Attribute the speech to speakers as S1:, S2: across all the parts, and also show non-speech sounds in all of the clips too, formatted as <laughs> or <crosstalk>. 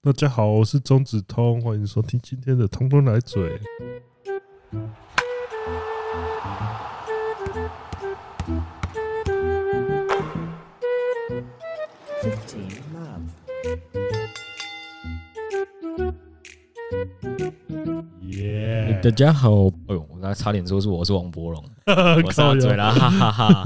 S1: 大家好，我是中指通，欢迎收听今天的《通通来嘴》。
S2: 15 love.
S1: 耶、
S3: 大家好，哎呦，我刚才差点说是我是王伯龙，我
S1: 靠
S3: 上嘴
S1: 呀！
S3: 了，哈
S1: <laughs>
S3: 哈哈。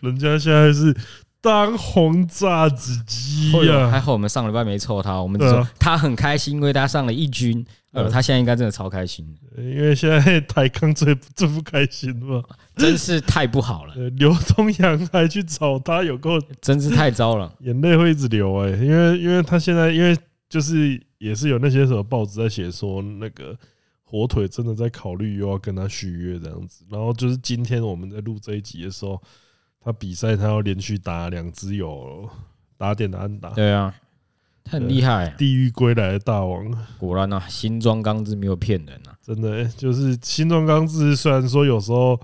S1: 人家现在是当红炸子鸡
S3: 哎呦还
S1: 呀、
S3: 好我们上礼拜没凑他，我们只
S1: 对啊
S3: 说他很开心，因为他上了一军。哎
S1: 对
S3: 呦，他现在应该真的超开心，
S1: 因为现在台康最不最不开心嘛，
S3: 真是太不好了，
S1: 呃，刘东阳还去找他，有够
S3: 真是太糟
S1: <laughs>
S3: 了。
S1: 眼泪会一直流哎、因为因为他现在因为就是也是有那些什么报纸在写说那个火腿真的在考虑又要跟他续约这样子，然后就是今天我们在录这一集的时候，他比赛他要连续打两支有打点的安打，
S3: 对啊，他很厉害，啊
S1: 地狱归来的大王，
S3: 果然啊，新装刚子没有骗人啊。
S1: 真的、欸、就是新庄刚志，虽然说有时候。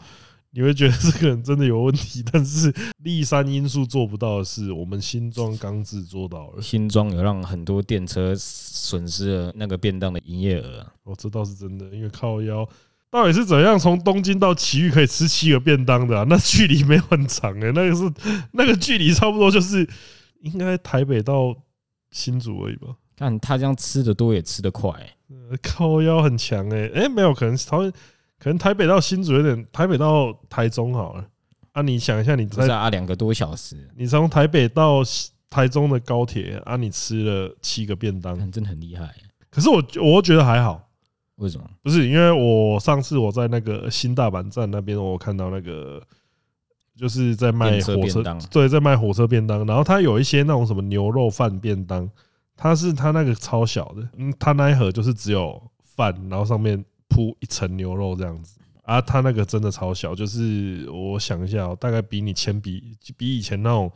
S1: 你会觉得这个人真的有问题，但是立山因素做不到的事，我们新庄刚志做到了。
S3: 新装有让很多电车损失了那个便当的营业额啊，
S1: 哦，这倒是真的，因为靠腰到底是怎样从东京到埼玉可以吃七个便当的、啊？那距离没有很长诶、那个是那个距离差不多就是应该台北到新竹而已吧。
S3: 看他这样吃的多也吃得快欸、
S1: 呃靠腰很强诶、诶、没有，可能台可能台北到新竹有点，台北到台中好了。啊，你想一下，你
S3: 不是
S1: 在
S3: 啊，两个多小时，
S1: 你从台北到西台中的高铁啊，你吃了七个便当，
S3: 看真的很厉害欸、
S1: 可是我我觉得还好。
S3: 为什么？
S1: 不是因为我上次我在那个新大阪站那边，我看到那个就是在卖
S3: 电车
S1: 火车
S3: 便当，
S1: 对，在卖火车便当。然后它有一些那种什么牛肉饭便当，它是它那个超小的，嗯，它那一盒就是只有饭，然后上面铺一层牛肉这样子。啊，它那个真的超小，就是我想一下、哦，大概比你铅笔比以前那种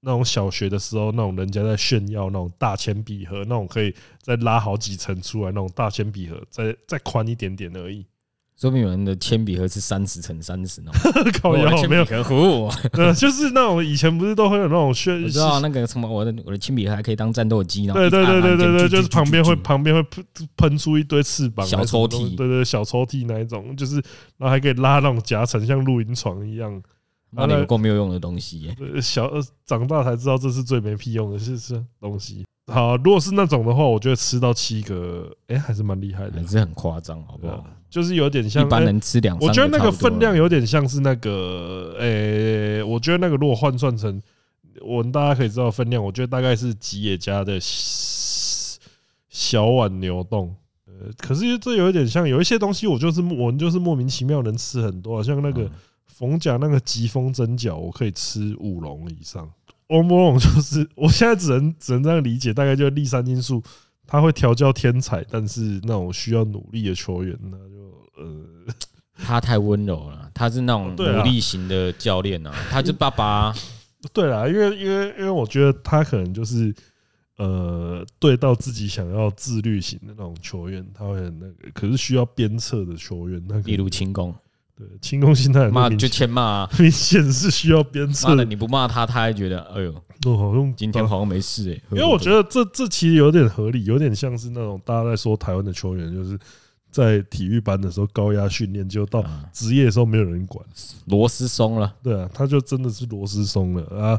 S1: 那种小学的时候那种人家在炫耀那种大铅笔盒，那种可以再拉好几层出来那种大铅笔盒，再再宽一点点而已。 <laughs>
S3: 说明有人的铅笔盒是三十乘三十
S1: <laughs>
S3: 那种，
S1: 靠
S3: 我的
S1: 腰
S3: 铅
S1: 没哦有
S3: 笔，盒，呼
S1: <laughs> 呃，就是那种以前不是都会有那种炫
S3: 我知道啊那个什么，我的我的铅笔盒还可以当战斗机，然后
S1: 对对对对对对，
S3: 一直按按键
S1: 就是旁边会
S3: 啾啾啾啾
S1: 旁边会喷喷出一堆翅膀，
S3: 小
S1: 还是什么
S3: 抽屉
S1: 东西对对，小抽屉那一种，就是然后还可以拉那种夹层，像露营床一样。
S3: 那你有够没有用的东西耶，
S1: 呃小呃长大才知道这是最没屁用的是是东西。好，如果是那种的话，我觉得吃到七个，哎，还是蛮厉害的
S3: 还，是很夸张，好不
S1: 对啊
S3: 好？
S1: 就是有点像
S3: 一般
S1: 诶
S3: 人吃两，
S1: 我觉得那个分量
S3: 有，
S1: 有点像是那个，诶、我觉得那个如果换算成我们大家可以知道的分量，我觉得大概是吉野家的小小碗牛冻。呃，可是这有一点像，有一些东西我就是我们就是莫名其妙能吃很多、啊，像那个
S3: 嗯
S1: 冯甲那个疾风蒸饺，我可以吃五笼以上。欧魔龙就是 <laughs> 我现在只能只能这样理解，大概就是立三因素，他会调教天才，但是那种需要努力的球员，那就呃
S3: 他太温柔了，他是那种
S1: 对啊
S3: 努力型的教练啊，他就爸爸
S1: <laughs>
S3: 啊，
S1: 对啦，因为因为因为我觉得他可能就是呃，对到自己想要自律型的那种球员，他会很那个，可是需要鞭策的球员，那
S3: 例如轻功，
S1: 对轻功心态很
S3: 妈
S1: 明
S3: 就
S1: 显，
S3: 欠骂
S1: <laughs>
S3: 啊，
S1: 明显是需要鞭
S3: 妈
S1: 策
S3: 的
S1: 的。
S3: 你不骂他，他还觉得哎呦，
S1: 我好像
S3: 今天好像没事哎，
S1: 哦因为我觉得这这其实有点合理，有点像是那种大家在说台湾的球员，就是在体育班的时候高压训练，就到
S3: 啊
S1: 职业的时候没有人管。
S3: 螺丝松了，
S1: 对啊，他就真的是螺丝松了啊！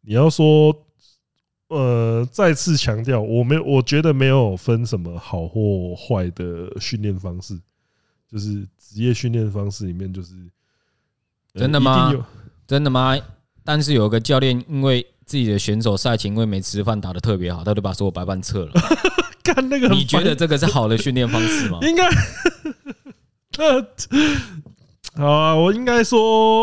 S1: 你要说，呃，再次强调，我没有，我觉得没有分什么好或坏的训练方式，就是职业训练方式里面，就是、呃
S3: 真的吗
S1: 一定有 <laughs>
S3: 真的吗？但是有个教练因为自己的选手赛前因为没吃饭打的特别好，他就把所有白
S1: <laughs>
S3: 饭撤了。
S1: 干那个很烦，
S3: 你觉得这个是好的训练方
S1: <laughs>
S3: 式吗？
S1: 应该？那好啊，我应该说，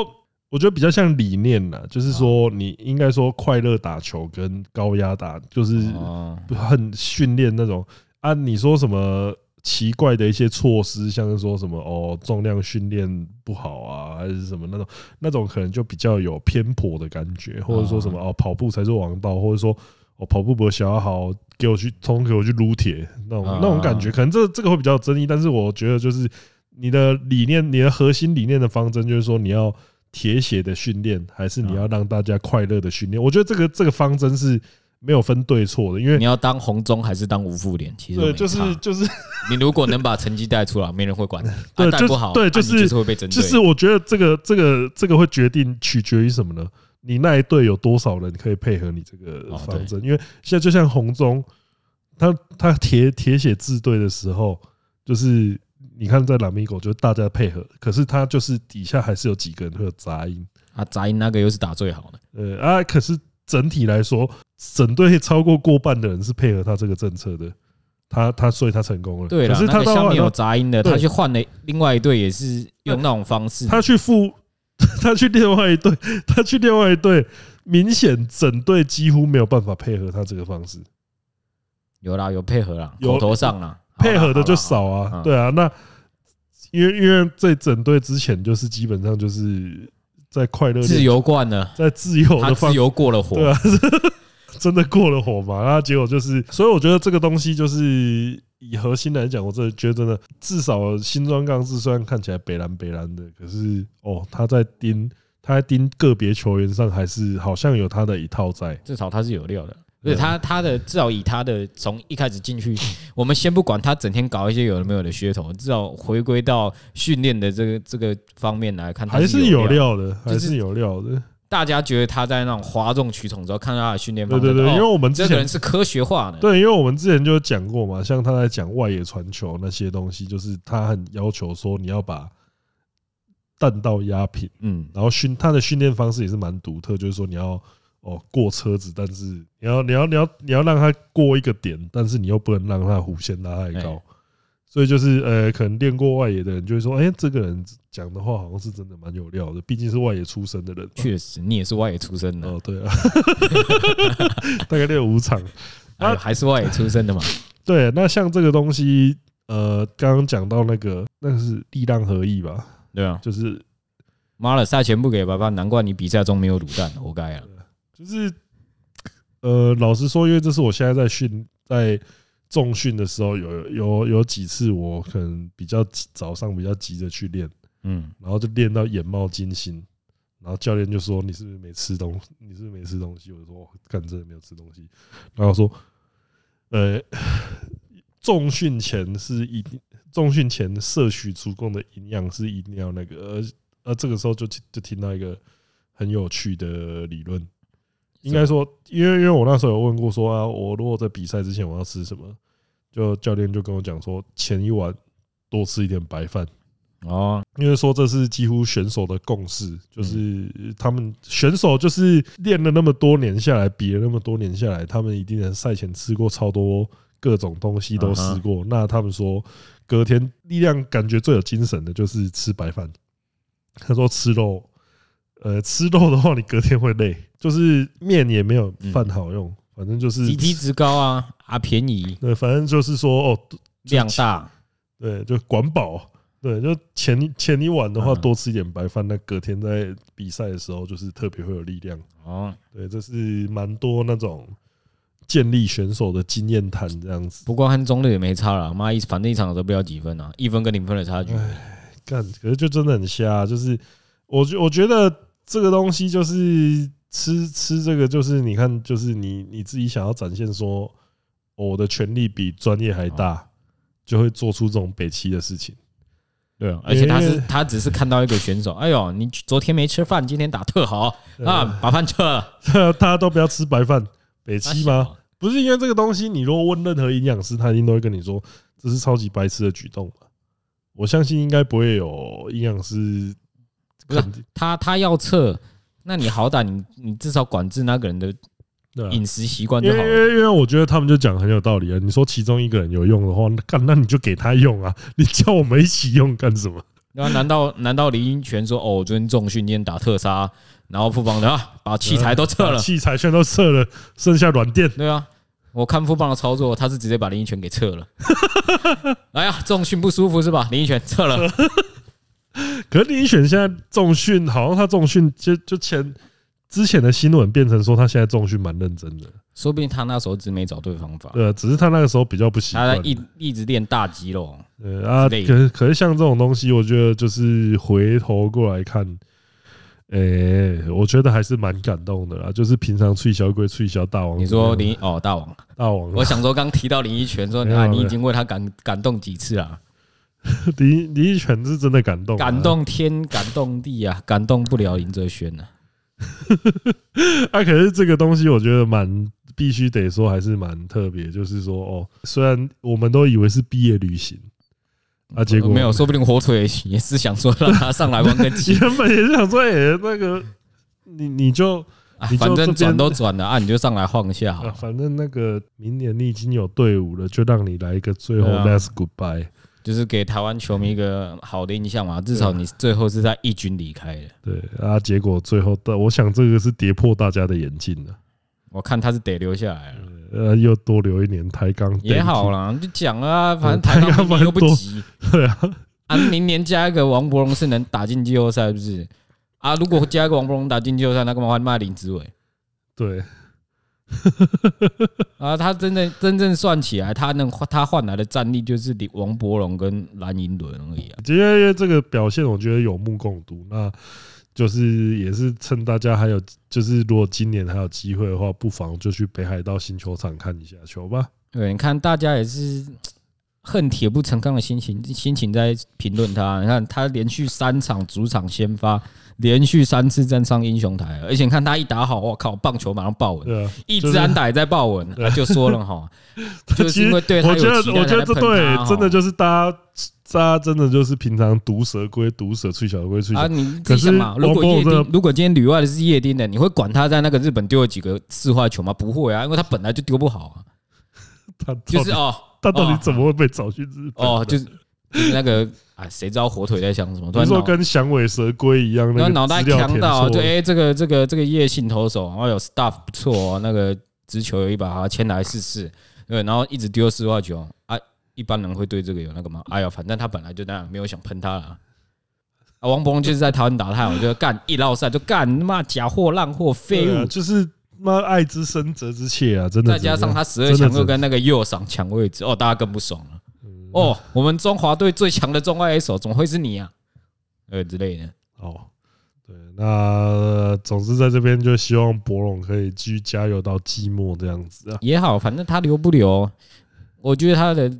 S1: 我觉得比较像理念啦，就是
S3: 哦
S1: 说，你应该说快乐打球跟高压打，就是
S3: 哦，
S1: 很训练那种啊，你说什么奇怪的一些措施，像是说什么哦重量训练不好啊，还是什么那种那种可能就比较有偏颇的感觉，或者说什么哦跑步才是王道，或者说哦跑步不想要好，给我去冲给我去撸铁那种
S3: 啊
S1: 那种感觉，可能这这个会比较有争议，但是我觉得就是你的理念，你的核心理念的方针就是说你要。铁血的训练，还是你要让大家快乐的训练？我觉得这个这个方针是没有分对错的，因
S3: 你
S1: 为
S3: 要当红中还是当吴富连，其实
S1: 对，
S3: 没
S1: 就是
S3: 差
S1: 就是
S3: 你如果能把成绩带出来，没人会管你。
S1: <laughs> 对
S3: 啊带
S1: 就
S3: 不好，
S1: 对
S3: 啊
S1: 就
S3: 你
S1: 是
S3: 就是会被针对。
S1: 就是，我觉得这个这个这个会决定取决于什么呢？你那一队有多少人可以配合你这个
S3: 哦
S1: 方针？因为现在就像红中，他他铁铁血自队的时候，就是你看在拉米狗，就是大家配合，可是他就是底下还是有几个人会有杂音，
S3: 啊，杂音那个又是打最好的，
S1: 呃啊，可是整体来说，整队超过过半的人是配合他这个政策的，他他所以他成功了。
S3: 对
S1: 可
S3: 了，
S1: 是
S3: 那
S1: 他
S3: 个
S1: 到
S3: 下
S1: 后来
S3: 面有
S1: 他
S3: 杂音的，
S1: 对
S3: 他去换了另外一队，也是用那种方式。
S1: 他去付， <laughs> 他去另外一队， <laughs> 他去另外一队，明显整队几乎没有办法配合他这个方式，
S3: 有啦，有配合啦，
S1: 有
S3: 口头上啦，好啦
S1: 配合的就。
S3: 好啦好啦
S1: 少
S3: 好
S1: 啊
S3: 嗯，
S1: 对啊，那因为因为这整队之前就是基本上就是在快乐
S3: 自由惯了，
S1: 在自由
S3: 他
S1: 的
S3: 自
S1: 方
S3: 由过了火
S1: 对，啊，真的过了火嘛？然后结果就是，所以我觉得这个东西就是以核心来讲，我真的觉得真的，至少新庄杠志虽然看起来北蓝北蓝的，可是哦，他在盯他在盯个别球员上，还是好像有他的一套在。
S3: 至少他是有料的。
S1: 对
S3: 对他，他的至少以他的从一开始
S1: <laughs>
S3: 进去，我们先不管他整天搞一些有的没有的噱头，至少回归到训练的这个这个方面来看，他
S1: 还是有
S3: 料。
S1: 料的，还
S3: 就是
S1: 是有料的。
S3: 大家觉得他在那种哗众取宠之后，看到他的训练
S1: 对
S3: 方式，
S1: 对对，
S3: 哦
S1: 因为我们之
S3: 这个
S1: 前
S3: 人是科学化的，
S1: 对，因为我们之前就讲过嘛，像他在讲外野传球那些东西，就是他很要求说你要把弹道压平。
S3: 嗯，
S1: 然后训他的训练方式也是蛮独特，就是说你要哦过车子，但是你要你要你要你要让他过一个点，但是你又不能让他弧线拉太高
S3: 哎，
S1: 所以就是呃，可能练过外野的人就会说，哎，这个人讲的话好像是真的蛮有料的，毕竟是外野出身的人嘛。
S3: 确实，你也是外野出身的，
S1: 哦，对啊， <laughs> 大概练五场。
S3: 哎
S1: 啊
S3: 还是外野出
S1: <laughs>
S3: 身的嘛，
S1: 对，那像这个东西，呃，刚刚讲到那个那个是力量合一吧，
S3: 对啊，
S1: 就是
S3: 妈了，赛前不给白饭，难怪你比赛中没有卤蛋，活该啊！
S1: 就是呃，老实说，因为这是我现在在训在重训的时候，有有有几次我可能比较急早上比较急着去练，
S3: 嗯，
S1: 然后就练到眼冒金星，然后教练就说你是不是没吃东，你是不是没吃东西？我就说我干真的没有吃东西，然后说呃，重训前是一定重训前摄取足够的营养是一定要那个，而而这个时候就就听到一个很有趣的理论，应该说，因为因为我那时候有问过说啊，我如果在比赛之前我要吃什么，就教练就跟我讲说，前一晚多吃一点白饭。
S3: 哦，
S1: 因为说这是几乎选手的共识，就是他们选手就是练了那么多年下来，比了那么多年下来，他们一定能赛前吃过超多各种东西都试过。那他们说隔天力量感觉最有精神的就是吃白饭。他说吃肉，呃，吃肉的话你隔天会累，就是面也没有饭好用，反正就是
S3: ，CT 值高啊，啊，便宜，
S1: 对，反正就是说哦，
S3: 量大，
S1: <laughs> 对，就管饱。对，就前一前一晚的话，
S3: 嗯
S1: 多吃一点白饭，那隔天在比赛的时候，就是特别会有力量。
S3: 哦，
S1: 对，这是蛮多那种建立选手的经验谈这样子。
S3: 不过和中日也没差了，妈一反正一场得不了几分啊，一分跟零分的差距，
S1: 干，可是就真的很瞎，啊就是我觉我觉得这个东西就是吃吃这个，就是你看，就是你你自己想要展现说、哦我的权力比专业还大，就会做出这种北齐的事情。 <laughs>
S3: 对啊，而且他
S1: 因
S3: 是
S1: 为
S3: 他只是看到一个选手，哎呦，你昨天没吃饭，今天打特好啊，把饭撤了，
S1: 大家都不要吃白饭，北齐
S3: 啊哦
S1: 吗？不是因为这个东西，你如果问任何营养师，他一定都会跟你说这是超级白痴的举动嘛。我相信应该不会有营养师
S3: 不是啊
S1: 肯定
S3: 他他要撤，那你好歹你你至少管制那个人的
S1: 对啊
S3: 饮食习惯
S1: 因
S3: 就
S1: 为
S3: 好
S1: 因
S3: 了。
S1: 为因为我觉得他们就讲得很有道理啊。你说其中一个人有用的话，那干那你就给他用啊， <laughs> 你叫我们一起用干什么？
S3: 那啊难道难道林英权说哦，我昨天重训，今天打特杀，然后副帮的啊，把器材都撤
S1: 把
S3: 了，
S1: 器材全都撤了，剩下软垫。
S3: 对啊。我看副帮的操作，他是直接把林英权给
S1: <laughs>
S3: 撤了。哎呀，重训不舒服是吧？林英权撤了，
S1: 可是李选现在重训，好像他重训就就前之前的新闻变成说他现在重训蛮认真的，
S3: 说不定他那时候只没找对方法，
S1: 对啊，只是他那个时候比较不习
S3: 他在
S1: 惯。
S3: 一一直练大肌肉，
S1: 呃啊，
S3: 之类
S1: 可可是像这种东西，我觉得就是回头过来看，哎、我觉得还是蛮感动的啦。就是平常吹小鬼、吹小大王，
S3: 你说林哦大王，
S1: 大王，
S3: 我想说刚提到林依泉说
S1: 没有
S3: 啊，
S1: 没
S3: 你
S1: 有
S3: 已经为他感感动几次啊？
S1: <laughs> 林林依泉是真的感动啊，
S3: 感动天，感动地啊，感动不了林哲轩啊。
S1: 啊，可是这个东西我觉得蛮必须得说，还是蛮特别。就是说，哦，虽然我们都以为是毕业旅行，啊，结果
S3: 没有，，说不定火腿也是想说让他上来玩个
S1: <laughs>
S3: 棋，
S1: 原本也是想说，哎、那个你你就、
S3: 啊
S1: 你就
S3: 反
S1: 这
S3: 正
S1: 边
S3: 转都转了啊，你就上来晃一下好
S1: 啊，
S3: 了。
S1: 反正那个明年你已经有队伍了，就让你来一个最后
S3: 对啊
S1: last goodbye。
S3: 就是给台湾球迷一个好的印象嘛，至少你最后是在一军离开的。
S1: 对啊，结果最后的，我想这个是跌破大家的眼镜了。
S3: 我看他是得留下来了，
S1: 呃，又多留一年抬杠
S3: 也好
S1: 了，
S3: 啦，就讲啊，反正台湾明年又不急
S1: 对啊，
S3: <laughs> 啊，明年加一个王柏荣是能打进季后赛是不是？啊，如果加一个王柏荣打进季后赛，那干嘛换卖林志伟？
S1: 对，
S3: 啊，他真的真正算起来，他能他换来的战力就是李王柏荣跟蓝银伦而已啊。
S1: 因为因为这个表现，我觉得有目共睹。那就是也是趁大家还有，就是如果今年还有机会的话，不妨就去北海道新球场看一下球吧。
S3: 对，你看大家也是恨铁不成钢的心情，心情在评论他。你看他连续三场主场先发，连续三次站上英雄台，而且你看他一打好，我靠，棒球马上爆稳，
S1: 对啊，
S3: 一支安打也在爆
S1: <laughs>
S3: 稳，啊、就说了哈， <laughs> 就是因为对他
S1: 我
S3: 有
S1: 觉得
S3: 期待，
S1: 我觉得这对真的
S3: 就
S1: 就是大家大家真的就是平常毒蛇归毒蛇，吹小龟吹小
S3: 啊，
S1: 龟。
S3: 你自己想嘛，
S1: 可是
S3: 如果叶
S1: 王柏荣
S3: 丁
S1: 真，
S3: 如果今天旅外的是叶丁的，你会管他在那个日本丢了几个四坏球吗？不会啊，因为他本来就丢不好啊，
S1: <laughs> 他
S3: 就
S1: 到
S3: 是
S1: 底
S3: 哦，
S1: 他到底怎
S3: 么
S1: 么会被找去日本
S3: 哦，
S1: 呢
S3: 就是就是那个啊，谁知道火腿在想什么？突
S1: 你
S3: 然
S1: 说
S3: 脑
S1: 跟响尾蛇龟一样，
S3: 然
S1: 那
S3: 后脑袋
S1: 强
S3: 强到，就哎、这个这个这个叶姓投手，然后有 staff 不错哦，那个直球有一把，把它牵来试试，对，然后一直丢四坏球啊，一般人会对这个有那个吗？哎呀，反正他本来就那样，没有想喷他啦。啊，王鹏就是在台湾打得太好，就干一捞赛就干，妈假货烂货废物，
S1: 啊就是妈爱之深责之切啊，真的。
S3: 再加上他十
S1: 真
S3: 二
S1: 的嗯
S3: 强
S1: 只
S3: 又跟那个右赏抢位置，哦，大家更不爽了。哦，我们中华队最强的中外 A 手怎么会是你啊？呃之类的。
S1: 哦，对，那呃总之在这边就希望博龙可以继续加油到季末这样子啊。
S3: 也好，反正他留不留，我觉得他的，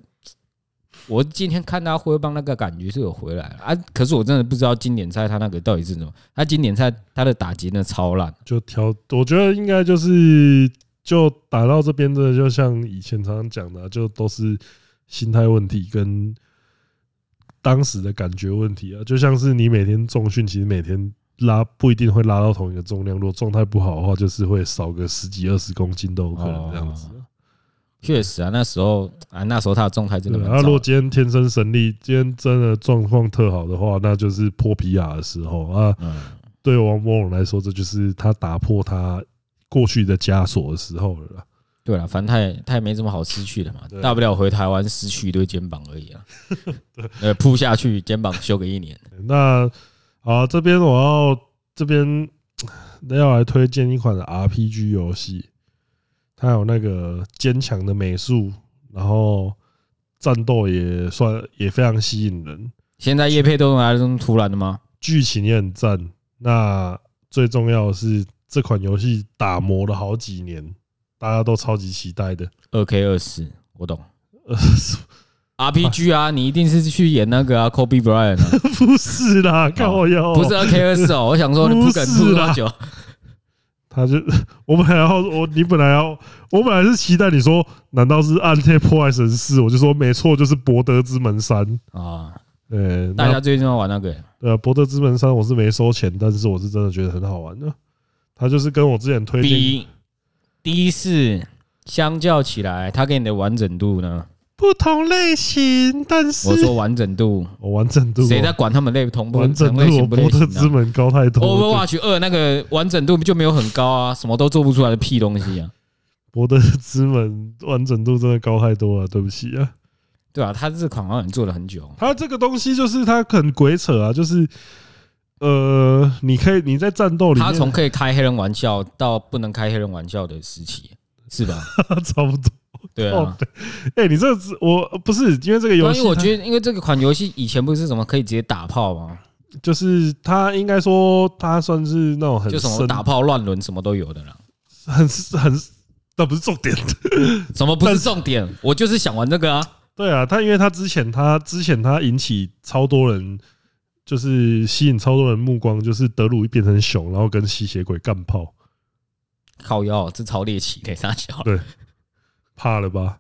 S3: 我今天看他挥棒那个感觉是有回来了啊。可是我真的不知道经典赛他那个到底是什么，他经典赛他的打击真的超烂，
S1: 就调，我觉得应该就是就打到这边真的，就像以前常常讲的啊、就都是心态问题跟当时的感觉问题啊。就像是你每天重训，其实每天拉不一定会拉到同一个重量，如果状态不好的话，就是会少个十几二十公斤都有可能这样子啊。
S3: 确实啊，那时候啊，那时候他的状态真的
S1: 对，
S3: 蛮
S1: 啊，如
S3: 糟
S1: 果
S3: 的。
S1: 今天天生神力，今天真的状况特好的话，那就是破皮亚的时候啊。
S3: 嗯，
S1: 对王博龙来说，这就是他打破他过去的枷锁的时候了啦。
S3: 对了，反正他也他也没什么好失去的嘛
S1: 对，
S3: 大不了回台湾失去一对肩膀而已啊。呃，扑下去肩膀休个一年，
S1: 那啊，这边我要这边要来推荐一款 RPG 游戏，它有那个坚强的美术，然后战斗也算也非常吸引人，
S3: 现在叶配都来这么突然的吗？
S1: 剧情也很赞。那最重要的是，这款游戏打磨了好几年，大家都超级期待的。 <laughs>
S3: 二 K 二四，我懂。
S1: 呃，
S3: RPG 啊，你一定是去演那个啊，Kobe Bryant 啊，
S1: 不是啦，靠腰，
S3: 不是二 K 二
S1: <laughs>
S3: 四哦。我想说，你
S1: 哦不
S3: 不
S1: 是啊
S3: 敢吐
S1: 啦
S3: 多久？
S1: 他就 <laughs> 我本来要我你本来要我本来是期待你说，难道是暗黑破坏神四？我就说没错，就是博德之门三。
S3: 啊！
S1: 呃，
S3: 大
S1: 那
S3: 家最近要玩那个欸
S1: 呃，博德之门三我是没收钱，但是我是真的觉得很好玩的。他就是跟我之前推荐
S3: 比第一是相较起来，它给你的完整度呢？
S1: 不同类型，但是
S3: 我说完整度，
S1: 我完整度哦，
S3: 谁在管他们类同不
S1: 完整
S3: 同
S1: 度
S3: 类
S1: 我
S3: 型不类
S1: 博德之
S3: 型啊
S1: 门高太多了。
S3: ？Overwatch 二那个完整度就没有很高啊，什么都做不出来的屁东西啊，
S1: 博德之门完整度真的高太多了，对不起啊。
S3: 对啊，它这款好像也做了很久，
S1: 它这个东西就是它很鬼扯啊，就是呃，你可以你在战斗里面，
S3: 它
S1: <laughs>
S3: 从可以开黑人玩笑到不能开黑人玩笑的时期，是
S1: <laughs>
S3: 吧？
S1: 差不多。
S3: 对
S1: 哦
S3: 啊，。
S1: 对，哎、你这个只我不是因为这个游
S3: 对啊
S1: 戏它，
S3: 因为我觉得，因为这个款游戏以前不是什么可以直接打炮吗？
S1: 就是他应该说他算是那种 <laughs> 很
S3: 就什么
S1: 深
S3: 打炮乱伦什么都有的啦，
S1: 很很，那不是重点。
S3: 什么不是
S1: <laughs>
S3: 重点，我就是想玩这个啊。
S1: 对啊，他因为他之前他之前他引起超多人，就是吸引超多人目光，就是德鲁伊变成熊，然后跟吸血鬼干炮，
S3: 靠腰，这超猎奇的，傻笑。
S1: 对怕了吧？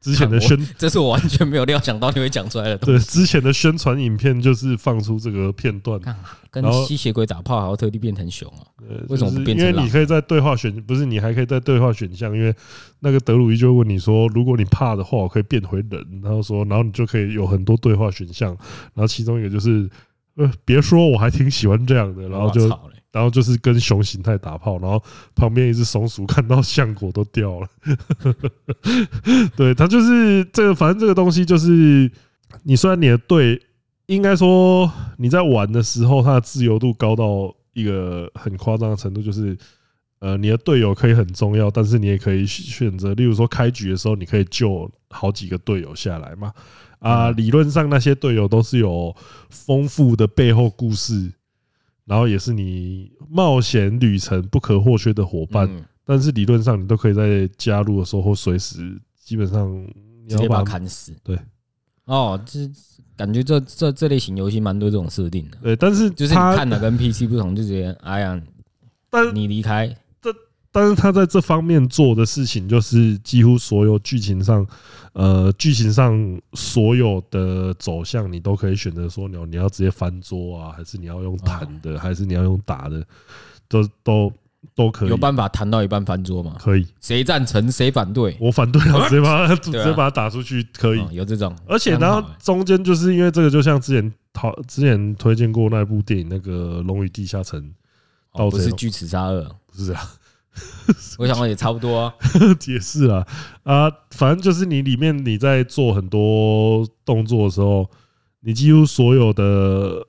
S1: 之前的宣
S3: 这是我完全没有料想到你会讲出来的东
S1: 对之前的宣传影片就是放出这个片段，
S3: 西。
S1: <laughs>
S3: 跟
S1: 然后
S3: 吸血鬼打炮还要特地变成熊啊？
S1: 呃
S3: 为什
S1: 就
S3: 么
S1: 是
S3: 不变
S1: 因
S3: 成
S1: 为
S3: 狼
S1: 你可以在对话选，不是你还可以在对话选项，因为那个德鲁伊就会问你说，如果你怕的话，我可以变回人，然后说，然后你就可以有很多对话选项，然后其中一个就是，呃，别说我还挺喜欢这样的，然后就
S3: 我操嘞
S1: 然后就是跟熊形态打炮，然后旁边一只松鼠看到橡果都掉了。对，它就是这个，反正这个东西就是，你虽然你的队应该说你在玩的时候，它的自由度高到一个很夸张的程度，就是。呃，你的队友可以很重要，但是你也可以选择，例如说开局的时候，你可以救好几个队友下来嘛。啊，理论上那些队友都是有丰富的背后故事，然后也是你冒险旅程不可或缺的伙伴。
S3: 嗯
S1: 但是理论上，你都可以在加入的时候或随时，基本上你
S3: 直接
S1: 要
S3: 把
S1: 把
S3: 它砍死。
S1: 对，
S3: 哦，这感觉这这这类型游戏蛮多这种设定的，
S1: 对，但是
S3: 就是你
S1: 他
S3: 看的跟 PC 不同，就直接哎呀，
S1: 但
S3: 你离开，
S1: 但是他在这方面做的事情，就是几乎所有剧情上，呃，剧情上所有的走向，你都可以选择说，你要你要直接翻桌啊，还是你要用弹
S3: 啊
S1: 的，还是你要用打的，都都都可以
S3: 有，办法谈到一半翻桌嘛？
S1: 可以。
S3: 谁赞成谁反对？
S1: 我反对
S3: <laughs>
S1: 啊，直接把它直
S3: 对啊
S1: 接把它打出去，可以
S3: 哦。有这种，
S1: 而且
S3: 蛮
S1: 然
S3: 好
S1: 后
S3: 欸
S1: 中间就是因为这个，就像之前讨之前推荐过那部电影那个《龙与地下城》，
S3: 哦
S1: 到
S3: 不
S1: 这
S3: 是
S1: 种
S3: 巨齿鲨二，
S1: 不是啊，
S3: <laughs> 我想也差不多
S1: <laughs>
S3: 啊。
S1: 解释啊啊，反正就是你里面你在做很多动作的时候，你几乎所有的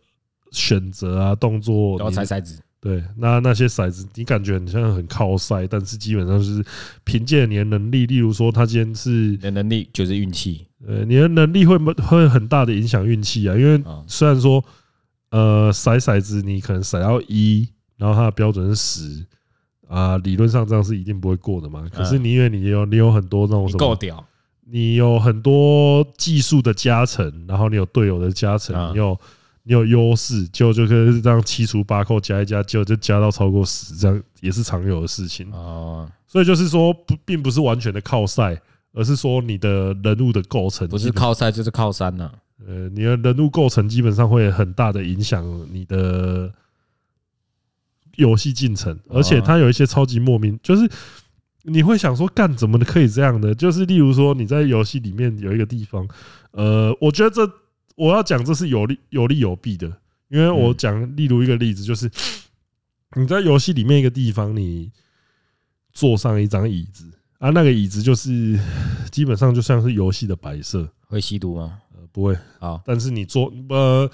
S1: 选择啊动作，
S3: 然后
S1: 你
S3: 踩骰子，
S1: 对，那那些骰子，你感觉很像很靠塞，但是基本上就是凭借你的能力，例如说他今天是
S3: 你的能力就是运气
S1: 呃，你的能力会会很大的影响运气啊，因为
S3: 啊。
S1: 虽然说，呃，骰骰子你可能骰到一，然后它的标准是十啊，理论上这样是一定不会过的嘛。可是你因为你有你有很多那种
S3: 啊你
S1: 什
S3: 够
S1: 么，
S3: 屌，
S1: 你有很多技术的加成，然后你有队友的加成
S3: 啊，
S1: 你有你有优势，就就可以这样七除八扣加一加，就就加到超过十，这样也是常有的事情。
S3: 哦，
S1: 所以就是说，不并不是完全的靠赛。而是说你的人物的构成
S3: 不
S1: 基
S3: 是
S1: 本
S3: 靠山就是靠山啊呐、
S1: 呃，你的人物构成基本上会很大的影响你的游戏进程，而且它有一些超级莫名，就是你会想说，干怎么可以这样的？就是例如说，你在游戏里面有一个地方，呃，我觉得这我要讲这是有利有利有弊的，因为我
S3: 嗯
S1: 讲例如一个例子，就是你在游戏里面一个地方，你坐上一张椅子啊，那个椅子就是基本上就像是游戏的摆设，
S3: 会吸毒吗？哦
S1: 呃，不会。
S3: 好，
S1: 但是你坐呃，